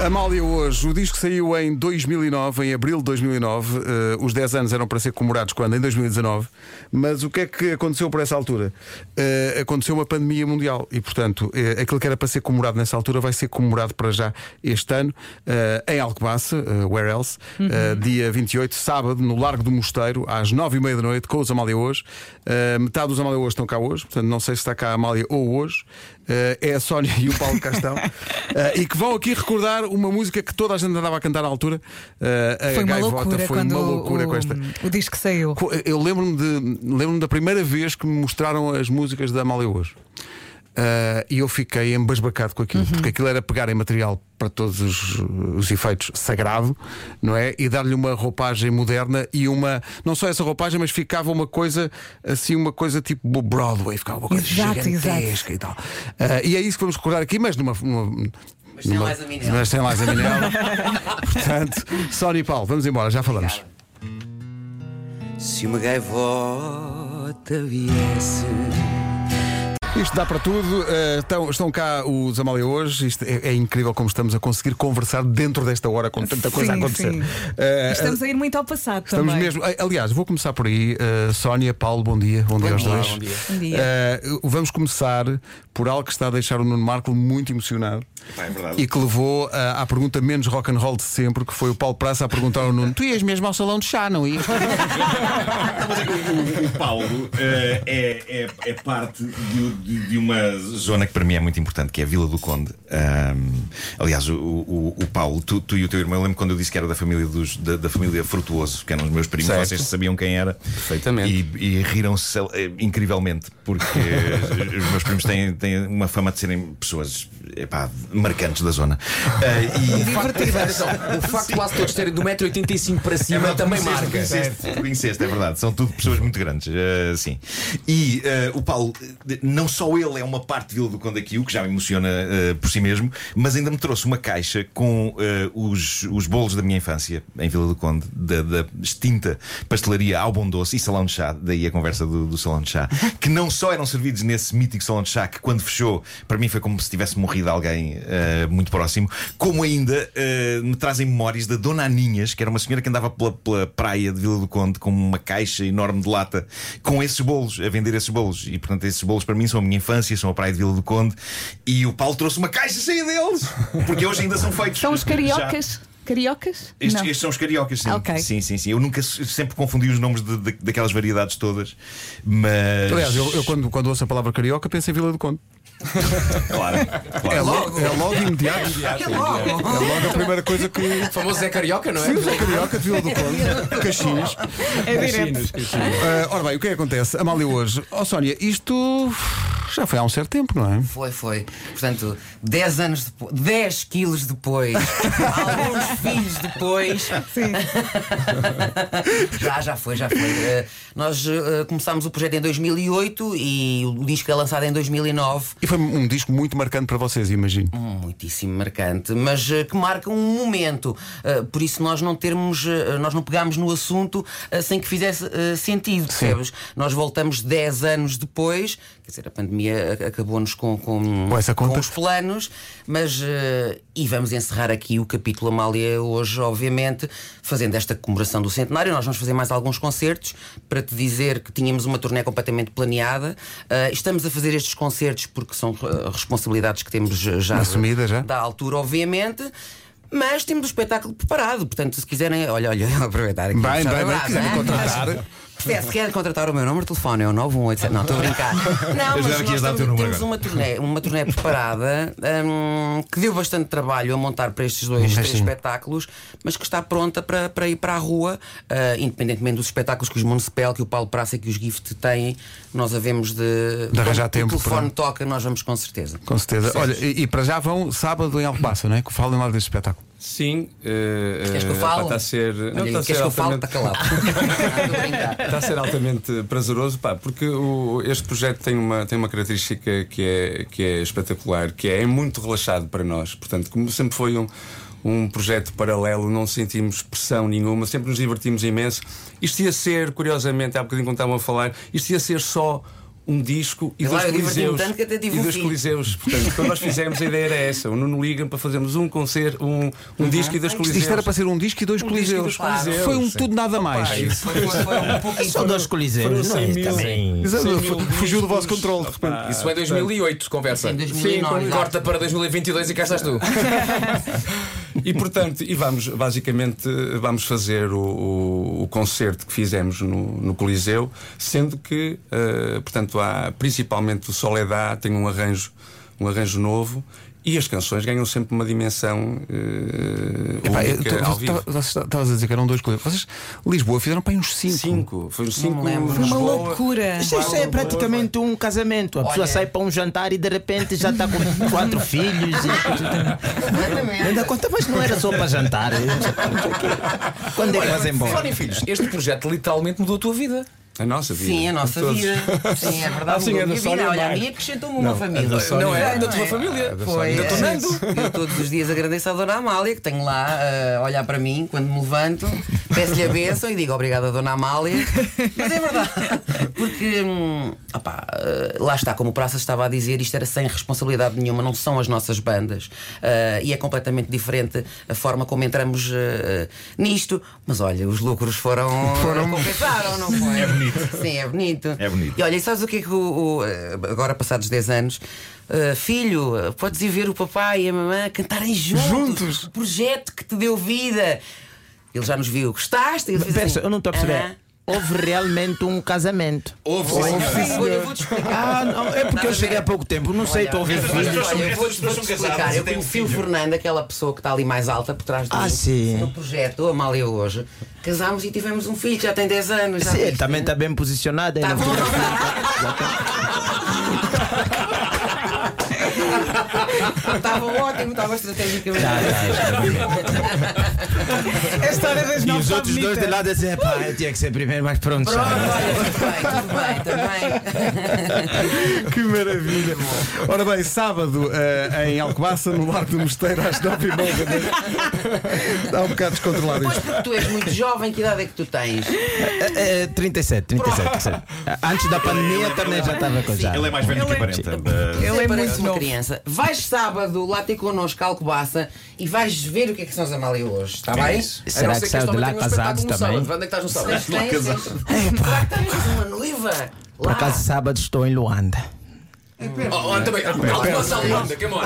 Amália hoje, o disco saiu em 2009, em abril de 2009. eh, os 10 anos eram para ser comemorados quando? Em 2019. Mas o que é que aconteceu por essa altura? Eh, aconteceu uma pandemia mundial e, portanto, eh, aquilo que era para ser comemorado nessa altura vai ser comemorado para já este ano, eh, em Alcobaça, eh, where else, eh, Uhum. dia 28, sábado, no Largo do Mosteiro, às 9h30 da noite, com os Amália hoje. Eh, metade dos Amália hoje estão cá hoje, portanto, não sei se está cá a Amália ou hoje. Eh, é a Sónia e o Paulo Castão. Eh, e que vão aqui recordar uma música que toda a gente andava a cantar à altura. Eh, a Foi uma Gaivota loucura foi quando uma loucura o, com esta. o disco saiu. Co- Eu lembro-me de- lembro-me da primeira vez que me mostraram as músicas da Amália hoje. Ah, e eu fiquei embasbacado com Uhum. aquilo, porque aquilo era pegar em material para todos os, os efeitos sagrado, não é? E dar-lhe uma roupagem moderna e uma. Não só essa roupagem, mas ficava uma coisa assim, uma coisa tipo Broadway, ficava uma coisa Exato, gigantesca e tal. Ah, e é isso que vamos recordar aqui, mas numa. numa- Mas sem numa- Liza Minnelli. Mas sem Liza Minnelli. Portanto, Sónia e Paulo, vamos embora, já falamos. Se uma gaivota viesse. Isto dá para tudo. Eh, estão, estão cá os Amália hoje. Isto é, é incrível como estamos a conseguir conversar dentro desta hora com tanta coisa a Sim, acontecer. sim. Eh, Estamos a ir muito ao passado estamos também. mesmo. eh, Aliás, vou começar por aí. Eh, Sónia, Paulo, bom dia. Bom, dia aos dia, dois. bom dia. Bom dia. Eh, vamos começar por algo que está a deixar o Nuno Marco muito emocionado. é verdade. E que levou ah, à pergunta menos rock and roll de sempre, que foi o Paulo Praça a perguntar ao Nuno: Tu ias mesmo ao salão de chá, não ias? O Paulo eh, é, é- é parte de, de- de uma zona que para mim é muito importante, que é a Vila do Conde. Ahm, aliás, o, o- o Paulo, tu, tu e o teu irmão, eu lembro quando eu disse que era da família, dos, da, da família Frutuoso, que eram os meus primos, Certo. vocês sabiam quem era. Perfeitamente. E, e riram-se eh, incrivelmente, porque eh, os meus primos têm, têm uma fama de serem pessoas epá, marcantes da zona. Ah, e- Divertidas. é O facto de quase todos terem do 1,85m para É cima verdade, também por incesto, por marca. incesto, Por incesto, é verdade. São tudo pessoas muito grandes. eh, sim. E eh, o Paulo, eh, não só ele é uma parte de Vila do Conde aqui, o que já me emociona eh, por si mesmo, mas ainda me trouxe uma caixa com eh, os, os bolos da minha infância em Vila do Conde, da, da extinta pastelaria Ao Bom Doce e Salão de Chá. Daí a conversa do, do Salão de Chá. Que não só eram servidos nesse mítico Salão de Chá, que quando fechou, para mim foi como se tivesse morrido alguém eh, muito próximo, como ainda eh, me trazem memórias da Dona Aninhas, que era uma senhora que andava pela, pela praia de Vila do Conde com uma caixa enorme de lata, com esses bolos, a vender esses bolos. E portanto, esses bolos para mim são a minha infância, são a praia de Vila do Conde. E o Paulo trouxe uma caixa cheia deles, porque hoje ainda são feitos. São os já. cariocas? Cariocas? Estes, Não. estes são os cariocas, sim. Ah, ok. Sim, sim, sim. Eu nunca s- sempre confundi os nomes de- de- daquelas variedades todas, mas. Aliás, eu, eu quando, quando ouço a palavra carioca penso em Vila do Conde. Claro, claro. É logo, é logo imediato. É logo. É logo a primeira coisa que. O famoso Zé Carioca, não é? Sim, Zé Carioca, Vila do Conde, Caxias. É direto. Ah, ora bem, o que é que acontece? Amália hoje. Ó Sónia, isto já foi há um certo tempo, não é? Foi, foi. Portanto, 10 anos depois, 10 quilos depois, alguns filhos depois. Sim. Já, já foi, já foi. Eh, nós eh, começámos o projeto em 2008 e o disco é lançado em 2009. E foi um disco muito marcante para vocês, imagino. muitíssimo marcante, mas eh, que marca um momento. Eh, por isso nós não termos, eh, nós não pegámos no assunto eh, sem que fizesse eh, sentido, percebes? Nós voltamos 10 anos depois, quer dizer, a pandemia a- acabou-nos com, com, Com essa conta. os planos, mas eh, e vamos encerrar aqui o capítulo Amália hoje, obviamente, fazendo esta comemoração do centenário. Nós vamos fazer mais alguns concertos para te dizer que tínhamos uma turnê completamente planeada. Eh, estamos a fazer estes concertos porque são eh, responsabilidades que temos eh, já Assumida, já? da altura, obviamente. Mas temos o espetáculo preparado, portanto, se quiserem, olha, olha, aproveitar aqui. Bem, bem, puxar o bem, braço, quiserem né? contratar. Se se querem contratar o meu número de telefone, é o 918. Não, estou a brincar. Não, Eu já mas aqui nós ia dar o teu temos- número temos agora. uma turnê, uma turnê preparada hum, que deu bastante trabalho a montar para estes dois três sim. espetáculos, mas que está pronta para, para ir para a rua, ah, independentemente dos espetáculos que os Municipal, que o Paulo Praça e que os Gift têm, nós havemos de, De arranjar quando tempo O telefone para- toca, nós vamos com certeza. Com certeza. Olha, e, e para já vão sábado em Alcobaça, não é? Que falem lá deste espetáculo. Sim, eh, Queres que eu eh, fale? pá, Está a ser. não, Olha, está a queres ser que eu fale? altamente- Está calado. Não, tô a brincar. Está eh, tá a ser altamente prazeroso, pá, porque o- este projeto tem uma, tem uma característica que é, que é espetacular, que é, é muito relaxado para nós. Portanto, como sempre foi um, um projeto paralelo, não sentimos pressão nenhuma, sempre nos divertimos imenso. Isto ia ser, curiosamente, há bocadinho quando estavam a falar, isto ia ser só um disco e Eu lá, dois eu diverti-me coliseus. tanto que até tive e um dois fim. coliseus. Portanto, quando nós fizemos, a ideia era essa. O Nuno liga para fazermos um concerto, um, um Uhum. disco e dois coliseus. Isto era para ser um disco e dois Um disco e coliseus. dois coliseus. Foi um Sim. tudo nada mais. um É um- Só dois coliseus. Não é um também. Exato, Cem mil Fugiu do vosso discos. controle de repente. Ah, Isso é 2008, conversa. Em 2009. Corta para 2022 e cá estás tu. E portanto, e vamos, basicamente, vamos fazer o, o- o concerto que fizemos no, no Coliseu, sendo que, eh, portanto, há principalmente o Soledad, tem um arranjo, um arranjo novo. E as canções ganham sempre uma dimensão eh, Epá, eu única tô- ao vivo. tava- vocês Estavas a dizer que eram dois coliseus. Vocês, Lisboa, fizeram para aí uns cinco. Cinco, foi um cinco. lembro. Foi uma Lisboa. loucura. Isto, isto é praticamente um casamento. A pessoa Olha. sai para um jantar e de repente já está com quatro filhos. É. E... Ainda conta, mas não era só para jantar. Quando é que fazem bom? Falarem filhos, este projeto literalmente mudou a tua vida. A nossa vida. Sim, a nossa Todos. vida. Sim, é verdade. Ah, sim, mudou é a minha da Sónia vida. Olha, a Mar. minha acrescentou-me uma família. da Sónia Não é? Mar. Da tua família. Foi. Da tua é. Nando. Eu todos os dias agradeço à Dona Amália, que tenho lá a olhar para mim quando me levanto, peço-lhe a bênção e digo obrigada, Dona Amália. Mas é verdade, porque hum, opá, eh, lá está, como o Praça estava a dizer, isto era sem responsabilidade nenhuma, não são as nossas bandas eh, e é completamente diferente a forma como entramos eh, nisto. Mas olha, os lucros foram. foram... compensaram, não foi? É bonito. Sim, é bonito. É bonito. E olha, e sabes o que é que o, o, eh, agora passados 10 anos, eh, filho, eh, podes ir ver o papai e a mamãe cantarem juntos. Juntos? O projeto que te deu vida. Ele já nos viu, gostaste? Ele fez Pera, assim, eu não estou a perceber. "Aham." Houve realmente um casamento. Houve, Olha, eu vou-te explicar. Ah, não, é porque eu cheguei há pouco tempo, não sei, estou a ouvir mas- filhos. pessoas são- Olha, Tá eu vou- essas pessoas vou-te são casadas explicar. e Eu têm um conheci o filho. Fernando, aquela pessoa que está ali mais alta por trás do Ah, sim. no projeto, a Amália hoje. Casámos e tivemos um filho, já tem 10 anos. já Sim, tem- ele também está bem posicionado. assim. Tá ainda. bom, não tá? Estava ótimo, estava Tá, estrategicamente. A história das E nove os está outros dois bonita. de lado a dizer, pá, eu tinha que ser primeiro, mas pronto. Pronto, já." olha, tudo bem, tudo bem, também. Que maravilha! Ora bem, sábado eh, em Alcobaça, no Largo do Mosteiro, às 9 e meia Está um bocado descontrolado Pois isto. porque tu és muito jovem, que idade é que tu tens? É, é, 37, 37, 37. Antes da pandemia também já estava coisado. Ele é mais velho do que Ele é- aparenta. mas- Ele é Parece muito uma novo. criança. Vais sábado lá ter connosco a Alcobaça e vais ver o que é que são as Amália hoje, está bem? Será que saiu de lá um casado também? Onde é que estás no sábado? Vocês têm- Será que tens uma noiva? Por Lá. acaso, sábado estou em Luanda. Oh, oh, também. Alcobaça, Holanda, come on.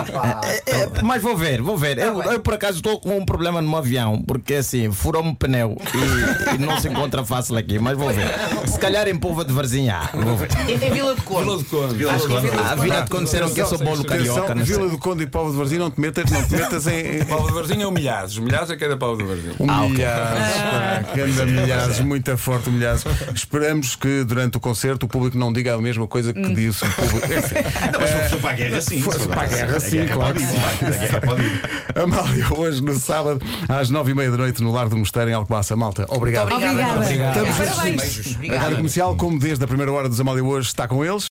É, mas vou ver, vou ver. Eu, eu, por acaso estou com um problema no meu avião, porque assim, furou-me o pneu e, e não se encontra fácil aqui, mas vou ver. Se calhar em Povo de Varzinha. há. Vou ver. E tem Vila de Corvo. Vila das Condes. A vida aconteceram que eu sou bolo Atenção, carioca, não sei. Vila do Conde e Povo de Varzim, não te metas, não te metas em. em- Paulo de Varzim é o milhares. Milhares é cada Paulo de Varzim. Ah, Humilhados, pá, grande humilhados, muito forte humilhados. Esperamos que durante o concerto o público não diga a mesma coisa que disse o público. Enfim, Não, mas se for para a guerra, sim. Foi se para a guerra, sim, claro pode que ir, vai, A guerra pode ir. Amália, hoje no sábado, às nove e meia da noite, no Lar do Mosteiro, em Alcobaça. Malta, obrigado. Obrigada. Obrigada. Estamos Parabéns. juntos. A Rádio Comercial, como desde a primeira hora dos Amália hoje, está com eles.